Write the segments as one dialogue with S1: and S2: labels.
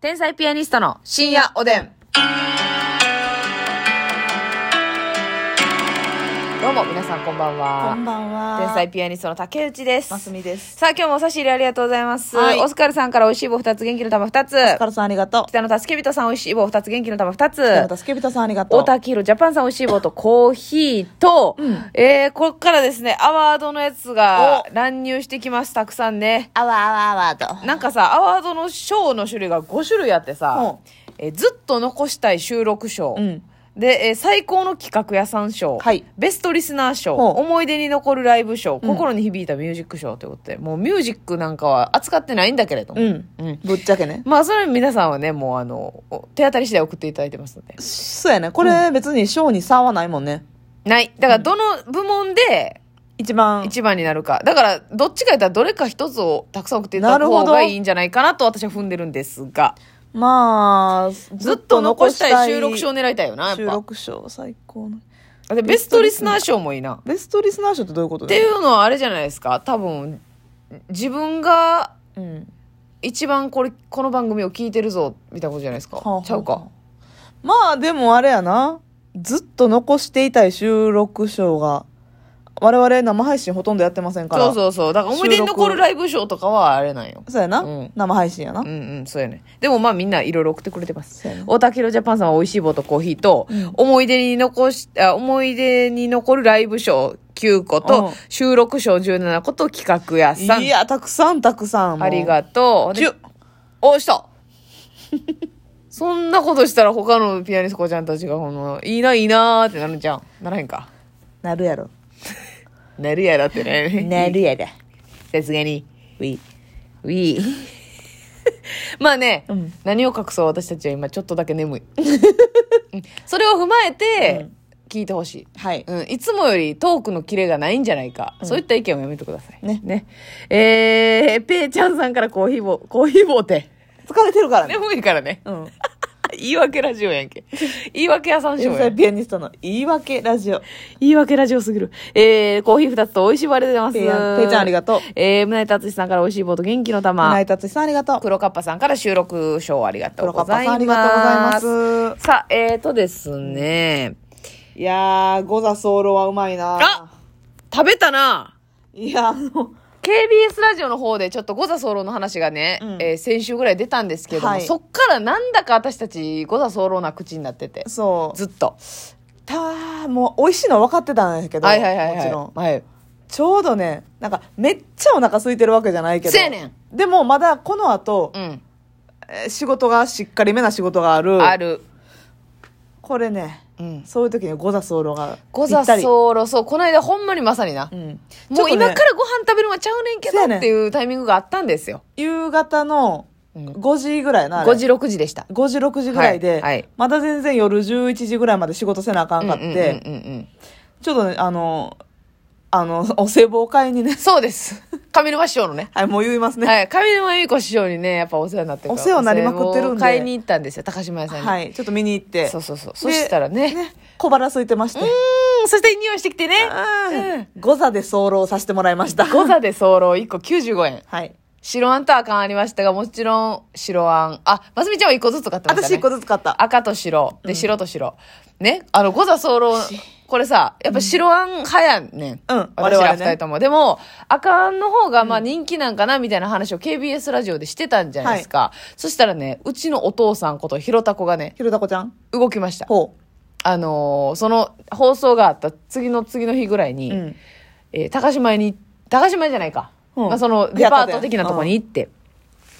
S1: 天才ピアニストの
S2: 深夜おでん。
S1: どうも皆さんこんばんは
S2: こんばんは。
S1: 天才ピアニストの竹内です
S2: ますみです。
S1: さあ今日もお差し入れありがとうございます、
S2: はい
S1: オスカルさんから美味しい棒2つ元気の玉2つ
S2: カルさんありがとう。
S1: 北野助け人さん美味しい棒2つ元気の玉2
S2: ま
S1: つ
S2: たスケビトさんありがとう。
S1: 大田ヒーロージャパンさん美味しい棒とコーヒーと、えー、こっからですねアワードのやつが乱入してきますたくさんね
S2: あわあわあわと。
S1: なんかさアワードの賞の種類が5種類あってさ、えーずっと残したい収録賞、
S2: うん
S1: で、えー最高の企画屋さん賞、
S2: はい
S1: ベストリスナー賞、
S2: ほう
S1: 思い出に残るライブ賞、心に響いたミュージック賞ということで、もうミュージックなんかは扱ってないんだけれども、
S2: うん。
S1: うん
S2: ぶっちゃけね。
S1: まあ、それは皆さんはね、もうあの、お手当たり次第送っていただいてますので。
S2: そうやね。これ別に賞に差はないもんね。
S1: ない。だから、どの部門で
S2: 一番。
S1: 一番になるか。だから、どっちか言ったらどれか一つをたくさん送っていただく方
S2: なるほど
S1: がいいんじゃないかなと私は踏んでるんですが、
S2: まあ、
S1: ずっと残したい収録賞を狙いたいよな、やっ
S2: 収
S1: ぱ。
S2: 録賞最高の。
S1: でベストリスナー賞もいいな。
S2: ベストリスナー賞ってどういうこと
S1: っていうのはあれじゃないですか多分自分が
S2: うん。
S1: 一番これこの番組を聞いてるぞみたいなことじゃないですか、
S2: はあはあ
S1: ちゃうか
S2: まあでもあれやな。ずっと残していたい収録賞が、我々生配信ほとんどやってませんから。
S1: そうそうそうだから思い出に残るライブショーとかはあれなんよ
S2: そうやな、
S1: うん
S2: 生配信やな、
S1: うんうんそうやねでもまあみんないろいろ送ってくれてます
S2: そうやね
S1: 大竹ロジャパンさんは美味しい棒とコーヒーと、
S2: うん
S1: 思い出に残しあ思い出に残るライブショー9個と、
S2: うん
S1: 収録賞17個と企画屋さん
S2: いやたくさんたくさんもう
S1: ありがとう
S2: ちゅ
S1: おした。 そんなことしたら他のピアニスコちゃんたちがこの、いいな、いいなーってなるんじゃん。ならへんか。
S2: なるやろ
S1: なるやろってね。
S2: なるやで
S1: さすがに。
S2: ウィ
S1: ウィー。 まあね、
S2: うん
S1: 何を隠そう私たちは今ちょっとだけ 眠い。うんそれを踏まえて、聞いてほしい。
S2: はい、
S1: うん、いつもよりトークのキレがないんじゃないか、そういった意見をやめてください
S2: ね
S1: ねえー、ペイちゃんさんからコーヒー棒コーヒー棒って
S2: 疲れてるからね
S1: 眠いからね
S2: うん
S1: 言い訳ラジオやんけ。言い訳屋さんしよう
S2: 天
S1: や
S2: 才。ピアニストの言い訳ラジオ
S1: 言い訳ラジオすぎる。えー、コーヒー二つと美味しい棒ありがとうござい
S2: ペイ
S1: ま
S2: ア
S1: す。
S2: ンペイちゃんありがとう
S1: えー、胸井達志さんから美味しい棒と元気の
S2: 船
S1: 玉
S2: 井。達史さんありがとう
S1: 黒カッパさんから収録賞ありがとう
S2: 黒カ
S1: ご
S2: ッパ
S1: ざい
S2: さ
S1: ます。。
S2: んありがとうございます
S1: さあ、えーとですね。
S2: すいやーゴザソウロはうまいな
S1: あ食べたない
S2: やあの
S1: KBS ラジオの方でちょっとゴザソウロの話がね、
S2: うん
S1: えー先週ぐらい出たんですけども、
S2: はい
S1: そっからなんだか私たちゴザソウロな口になってて、
S2: そう
S1: ずっと。
S2: たーもう美味しいの分かってたんですけど、
S1: はいはいはいはい。
S2: もちろん
S1: はい。
S2: ちょうどねなんかめっちゃお腹空いてるわけじゃないけど
S1: せやねん。
S2: でもまだこの後、
S1: うん。
S2: えー仕事がしっかりめな仕事がある
S1: ある。
S2: これね
S1: うん。
S2: そういう時にゴザソウロが
S1: ゴザ
S2: ぴったり
S1: ソウロ、そう、この間ほんまにまさにな。
S2: うん、
S1: もう今か
S2: ちょっとね
S1: らご飯食べるのはちゃうねんけ
S2: せ
S1: ど
S2: やねん
S1: っていうタイミングがあったんですよ。
S2: 夕方の
S1: うん
S2: 5時ぐらいな、あれ
S1: 5時、6時でした。
S2: 5時6時ぐらいで、
S1: はいはい
S2: まだ全然夜11時ぐらいまで仕事せなあかんかって、
S1: うんうんうんうん
S2: ちょっとねあのあの お歳暮会にね
S1: そうです。 上沼師匠のね。
S2: はいもう言いますね、
S1: はい。上沼恵美子師匠にね、やっぱお世話になってるから
S2: お世話になりまくってるんで
S1: お歳暮を買いに行ったんですよ、高島屋さんに。
S2: はいちょっと見に行って
S1: そうそううそう。そしたらね。
S2: 小腹空いてまして
S1: うん、そしていい匂いしてきてね。
S2: うんゴザで候をさせてもらいました
S1: ゴザでソウロ1個95円。
S2: はい
S1: 白あんと赤あんありましたが、もちろん白あん。あ、ますみちゃんは1個ずつ買ってましたね。
S2: 私1個ずつ買った
S1: 赤と白で白と白、ねあの五座候これさやっぱ白あん派やねん、
S2: うん
S1: 私
S2: 我々
S1: ら
S2: ね
S1: 二人とも、でも赤あんの方がまあ人気なんかなみたいな話を KBS ラジオでしてたんじゃないですか、そしたらねうちのお父さんことひろたこがね
S2: ひろたこちゃん
S1: 動きました
S2: ほ
S1: あのーその放送があった次の次の日ぐらいに、
S2: う、うん、
S1: えー高島屋に高島屋じゃないか、
S2: うん
S1: まあ、そのデパート的なとこに行って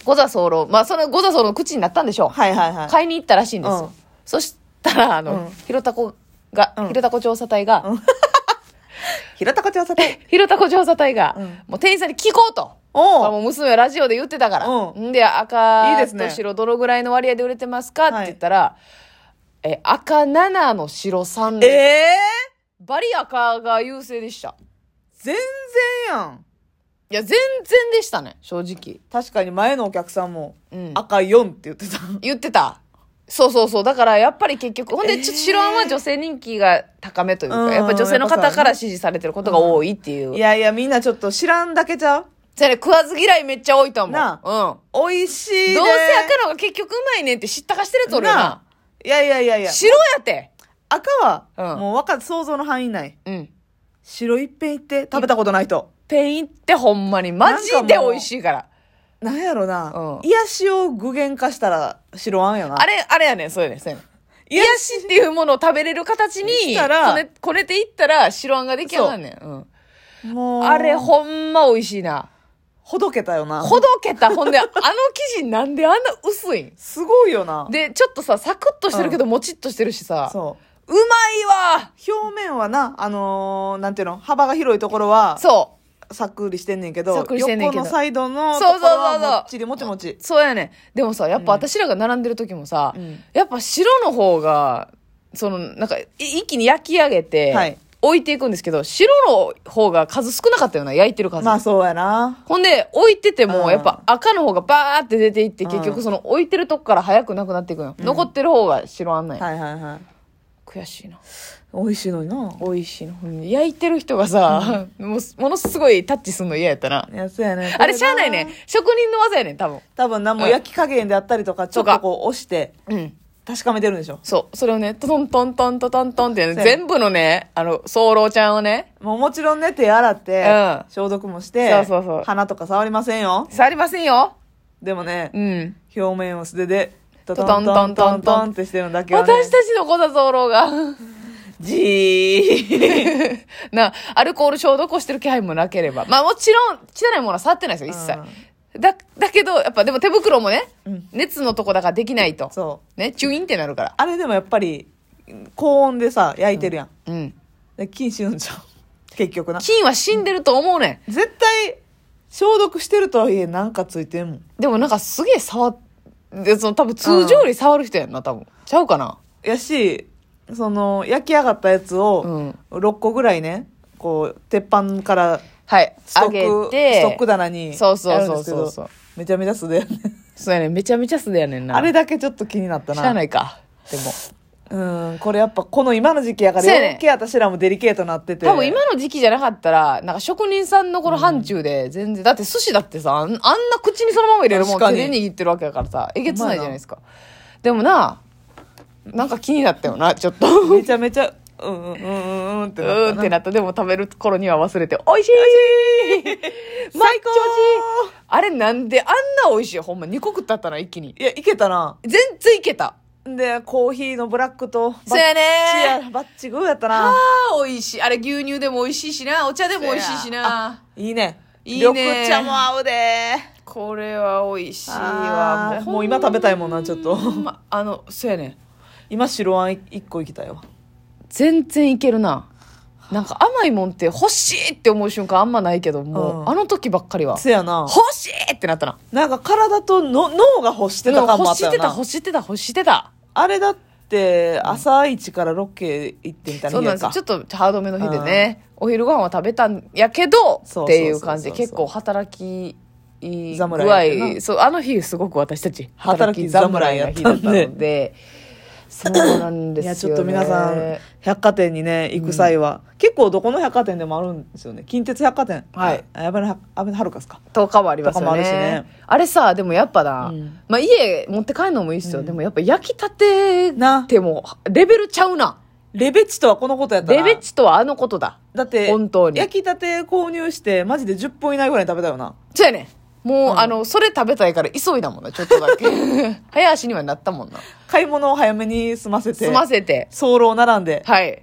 S1: 五座候まあその五座候の口になったんでしょう、
S2: はいはいはい
S1: 買いに行ったらしいんですよ、
S2: うん
S1: そしたらあの、
S2: うん
S1: ひろたこが、
S2: うん
S1: ひろたこ調査隊が、
S2: ひろたこちゃんさて
S1: ひろたこ調査隊が、
S2: うん
S1: もう店員さんに聞こうとこれも
S2: おう
S1: う娘はラジオで言ってたから、
S2: うん
S1: んで
S2: いい
S1: 赤
S2: です
S1: と
S2: ね
S1: 白どのぐらいの割合で売れてますかって言ったら、え赤7の白3
S2: え
S1: で、
S2: え
S1: バリ赤が優勢でした
S2: 全然やん
S1: いや全然でしたね正直
S2: 確かに前のお客さんも
S1: うん
S2: 赤4って言ってた、
S1: 言ってたそうそうそうだからやっぱり結局ほんでちょっと白あんは女性人気が高めというか、
S2: うん
S1: やっぱ女性の方から支持されてることが多いっていう
S2: いやいやみんなちょっと知らんだけちゃう
S1: じゃあね、食わず嫌いめっちゃ多いと思う。
S2: な
S1: うん。
S2: 美味しいね
S1: どうせ赤の方が結局うまいねんって知ったかしてるやつおるよない
S2: やいやいやいや
S1: 白やって。
S2: 赤は、
S1: うん
S2: もう分かる想像の範囲内
S1: うん。
S2: 白いっぺんいって食べたことない人、
S1: ペインってほんまにマジで美味しいから。
S2: なんやろな、
S1: うん
S2: 癒しを具現化したら白あんやな
S1: あれ、あれやねん、そうやねん、そうやねん。癒しっていうものを食べれる形に、
S2: したら
S1: こね、こねていったら白あんが出来上がんねん。うん。
S2: もう
S1: あれほんま美味しいな。
S2: ほどけたよな
S1: ほどけた。ほんで、あの生地なんであんな薄いん
S2: すごいよな
S1: で、ちょっとさ、サクッとしてるけど、もちっとしてるしさ。
S2: そう
S1: うまいわ
S2: 表面はなあのーなんていうの幅が広いところは
S1: そ
S2: さっくりしてんねんけど
S1: さっくりしてんねんけど
S2: 横のサイドのとこ
S1: そうそうそう
S2: ろ
S1: そう
S2: はもっちりもちもち
S1: う。そうやねん。でもさ、やっぱ私らが並んでる時もさ、
S2: うん
S1: やっぱ白の方が、その、なんか、い一気に焼き上げて、
S2: はい
S1: 置いていくんですけど、白の方が数少なかったよな、焼いてる数。
S2: まあそうやな
S1: ほんで、置いてて
S2: うん
S1: も、やっぱ赤の方がバーって出ていって、
S2: うん
S1: 結局その置いてるとこから早くなくなっていくのよ。残ってる方が白あんない、
S2: はいはいはい
S1: 悔しいな。
S2: 美味しいのにな
S1: 美味しいな。ほんで焼いてる人がさ、もうものすごいタッチすんの嫌やったな。
S2: いやそうやね
S1: あれしゃあないね。職人の技やねん、多分。
S2: 多分なもう焼き加減であったりとかちょっとこう押して
S1: うん。
S2: 確かめてるんでしょ
S1: そう。それをね、トントントントントントンってね、
S2: そうやね
S1: 全部のね、あの、早漏ちゃんをね、
S2: もうもちろんね手洗って、
S1: うん
S2: 消毒もして
S1: そうそうそう
S2: 鼻とか触りませんよ
S1: 触りませんよ。
S2: でもね、
S1: うん。
S2: 表面を素手でト
S1: トントントントン
S2: ってしてるのだけは、ね、
S1: 私たちの子だ早漏が。
S2: じー
S1: な、アルコール消毒をしてる気配もなければ。まあもちろん、汚いものは触ってないですよ、一切。だ、だけど、やっぱでも手袋もね、
S2: うん
S1: 熱のとこだからできないと。
S2: そう
S1: ね、チュインってなるから。
S2: あれでもやっぱり高温でさ焼いてるやん、
S1: うん。
S2: で菌死ぬんちゃう結局な
S1: 菌は死んでると思うね
S2: 絶対消毒してるとはいえなんかついてんもん
S1: ん。でもなんかすげえ触っ、で、その多分通常より触る人やんな、多分。ちゃうかな。
S2: やしその焼き上がったやつを6個ぐらいねこう鉄板から
S1: はい。
S2: スト
S1: あ
S2: ック
S1: げて。
S2: ストック棚に
S1: そうそう
S2: やるんですけど
S1: そうそうそう
S2: めちゃめちゃ素手やね
S1: そうやねんめちゃめちゃ素手やねんな。
S2: あれだけちょっと気になった
S1: 知ら
S2: な
S1: ないか。でも。
S2: うんこれやっぱこの今の時期やから
S1: そうやね
S2: 余計私らもデリケートなってて
S1: 多分今の時期じゃなかったら、なんか職人さんのこの範疇で全然、だって寿司だってさ、あんあんな口にそのまま入れるもん
S2: 確か
S1: 手
S2: に
S1: で握ってるわけだからさ、えげつないじゃないですか。でもな、なんか気になったよな、ちょっと。う
S2: めちゃめちゃうんうん うんうんうんってな
S1: ー
S2: っ
S1: ん
S2: た
S1: って
S2: な
S1: なった。でも食べる頃には忘れて、美味しい
S2: 最高
S1: あれなんであんな美味しいほんま2個食ったったな、一気に。
S2: いやいけたな
S1: 全然いけた。
S2: でコーヒーのブラックと
S1: そうや
S2: バッチ
S1: ね
S2: やバッチグーやったな
S1: あー美味しい。あれ牛乳でも美味しいしな、お茶でも美味しいしな。
S2: いいね
S1: いいね
S2: 緑茶も合うで
S1: これは美味しい
S2: あ
S1: わ。
S2: ー
S1: ほん
S2: もう今食べたいもんなちょっと
S1: ま、あの、そうやねん。
S2: 今白あん1個いきたいわ
S1: 全然いけるななんか甘いもんって欲しいって思う瞬間あんまないけどもう、
S2: うん
S1: あの時ばっかりは
S2: せやな
S1: 欲しいってなったな
S2: なんか体との脳が欲してた感もあ
S1: 欲
S2: っ
S1: した
S2: よ
S1: てた
S2: な
S1: 欲してた欲してた
S2: あれだって朝一からロケ行ってみたいな
S1: そう
S2: 日
S1: なんで
S2: やん
S1: すよ
S2: か
S1: ちょっとハードめの日でね、お昼ご飯は食べたんやけど
S2: そうそうそうそう
S1: っていう感じで結構働き具
S2: 侍やった
S1: 合
S2: な
S1: そうあの日すごく私たち働き侍の日だったの
S2: 働き侍やったん
S1: でそうなんですよ、ね、
S2: いやちょっと皆さん百貨店にね行く際は、結構どこの百貨店でもあるんですよね近鉄百貨店
S1: はい
S2: あやばいなあべはるかですか
S1: とかもあります
S2: とかも
S1: よね
S2: ある
S1: あ
S2: しね
S1: れさでもやっぱな、
S2: うん
S1: まあ、家持って帰るのもいいっすよ、でもやっぱ焼きたて
S2: な
S1: でもレベルちゃうな
S2: レベチとはこのことやったな
S1: レベチとはあのことだ
S2: だって
S1: 本当に
S2: 焼きたて購入してマジで10分以内ぐらいに食べたよな
S1: そうやねもう、
S2: うん
S1: あのそれ食べたいから急いだもんなちょっとだ け早足にはなったもんな
S2: 買い物を早めに済ませて
S1: 済ませて
S2: 早漏並んで
S1: はい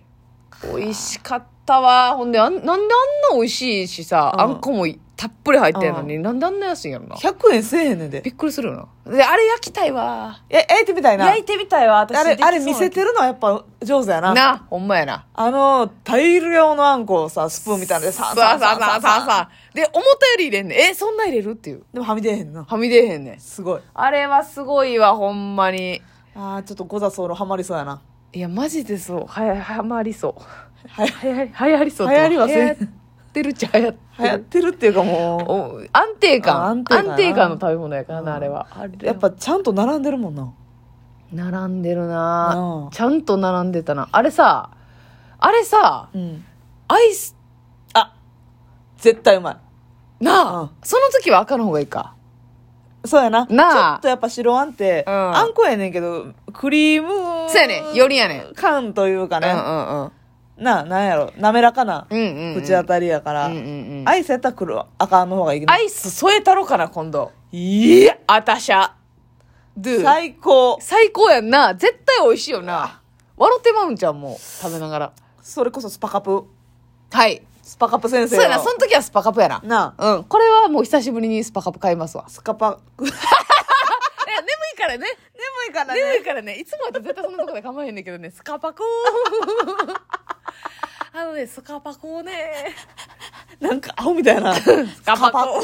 S1: 美味しかったわほんであんなんであんな美味しいしさ、
S2: うん
S1: あんこもたっぷり入ってるのに、なんであんな安いんやろな
S2: 100円せえへんねんで
S1: びっくりするよなであれ焼きたいわ
S2: え焼いてみたいな
S1: 焼いてみたいわ私
S2: あれ
S1: できそうな
S2: あれ見せてるのはやっぱ上手やな
S1: なほんまやな
S2: あの大量のあんこをさスプーンみたいなのでさ
S1: さあさ
S2: あさ
S1: あさ
S2: あさ
S1: あさ
S2: あさ
S1: あさ
S2: あ
S1: あ
S2: さあ
S1: で、思ったより入れんねんえ、そんな入れるっていう。
S2: でもはみ出えへんな
S1: はみ出えへんねん。
S2: すごい
S1: あれはすごいわ、ほんまに。
S2: あーちょっとゴザソウルハマりそうやない
S1: や、マジでそう。はや、はまりそう。
S2: はや
S1: はや、はやりそう
S2: 流行りはせん
S1: 流行ってるっちゃ流行って
S2: 流行っ
S1: る。
S2: てるっていうかも
S1: お安定感
S2: あ
S1: 安
S2: 安
S1: 定
S2: 定
S1: 感
S2: 感な
S1: の食べ物やからな、
S2: うん
S1: あれはあれ
S2: うやっぱちゃんと並んでるもんな
S1: 並んでるな
S2: うん
S1: ちゃんと並んでたなあれさあれさ
S2: うん
S1: アイス
S2: あ絶対うまい
S1: な
S2: う
S1: あ
S2: ん、
S1: その時は赤の方がいいか。
S2: そうやな。
S1: なあ
S2: ちょっとやっぱ白あんって、
S1: うん
S2: あんこやねんけど、クリーム。
S1: そうやねよりやねん
S2: 感というか
S1: うんう
S2: ね。
S1: んうん。
S2: なあ、なんやろ。滑らかな
S1: うんうんうん
S2: 口当たりやから。
S1: うんうんうん。
S2: アイスやったら黒、赤あんの方がいい
S1: ア
S2: ね。
S1: イス添えたろかな、今度。
S2: いや
S1: あたしゃ。ドゥ。
S2: 最高。
S1: 最高やんな。絶対美味しいよな。笑ってまうんちゃんもう食べながら。
S2: それこそスパカプ。
S1: はい。
S2: スパカプ先生
S1: そう
S2: の
S1: やな、その時はスパカップやな。
S2: なあ、
S1: うん。これはもう久しぶりにスパカップ買いますわ。
S2: スカパ、眠
S1: いや眠いからね。
S2: いからね。
S1: 眠いからね。いつもだと絶対そんなとこで構えへんねんけどね。スカパコ ー。あのね、スカパコーね。
S2: なんか、青みたいな。
S1: ス
S2: ス
S1: カパコ
S2: カ
S1: ー
S2: ー。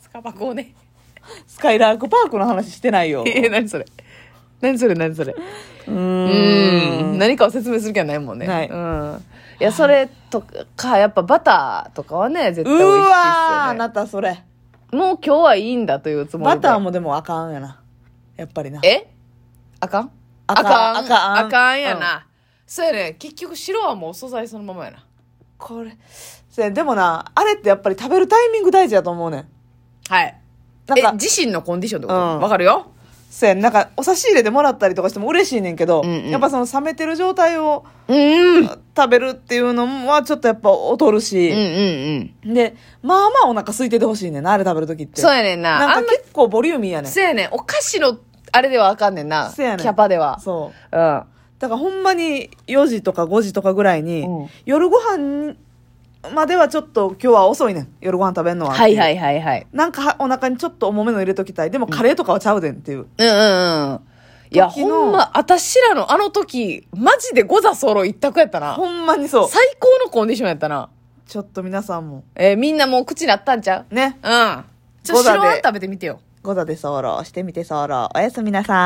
S1: スカパコーね。
S2: スカイラークパークの話してないよ。
S1: え、何それ。何それ何それ。
S2: う
S1: う
S2: ー
S1: ん。
S2: ん。
S1: 何かを説明する気はないもんね。
S2: ない
S1: うん。いや、それとか、やっぱバターとかはね、絶
S2: う
S1: 対美味しいっすよ、ね。
S2: ーわーあなたそれ。
S1: もう今日はいいんだというつもり
S2: バ
S1: で。
S2: ターもでもあかんやな。やっぱりな。
S1: えあかん
S2: あかん
S1: あ
S2: あ
S1: か
S2: か
S1: ん
S2: ん
S1: やな、そうやね結局白はもう素材そのままやな
S2: これ。せやでもな、あれってやっぱり食べるタイミング大事だと思うねん。
S1: はい
S2: なん
S1: え
S2: か、
S1: 自身のコンディションってこと
S2: うん
S1: わ、かるよ
S2: せやなんか、お差し入れでもらったりとかしても嬉しいねんけど、
S1: うんうん
S2: やっぱその冷めてる状態を
S1: うんうんうん
S2: 食べるっていうのはちょっとやっぱ劣る
S1: うん
S2: し、
S1: うん
S2: で、まあまあお腹空いててほしいねんな、あれ食べるときって。
S1: そうやねんな
S2: な
S1: あ
S2: ん
S1: んま
S2: か結構ボリューミーやねん。
S1: そうやねんお菓子のあれではあかんねんな
S2: そうやねん
S1: キャパでは
S2: そう。
S1: うん
S2: だからほんまに4時とか5時とかぐらいに、
S1: うん
S2: 夜ご飯まではちょっと今日は遅いねん夜ご飯食べるのは
S1: はいはいいはいはい
S2: なんかはお腹にちょっと重めの入れときたいでもカレーとかはちゃうでんってい
S1: う
S2: う、
S1: んうんうんいや
S2: 時の
S1: ほんま私らのあの時マジでゴザソロ一択やったな
S2: ほんまにそう
S1: 最高のコンディションやったな
S2: ちょっと皆さんも
S1: えーみんなもう口なったんちゃう
S2: ね
S1: うんちょ
S2: ゴザで
S1: 白あん食べてみてよ
S2: ご座で候してみて候おやすみなさい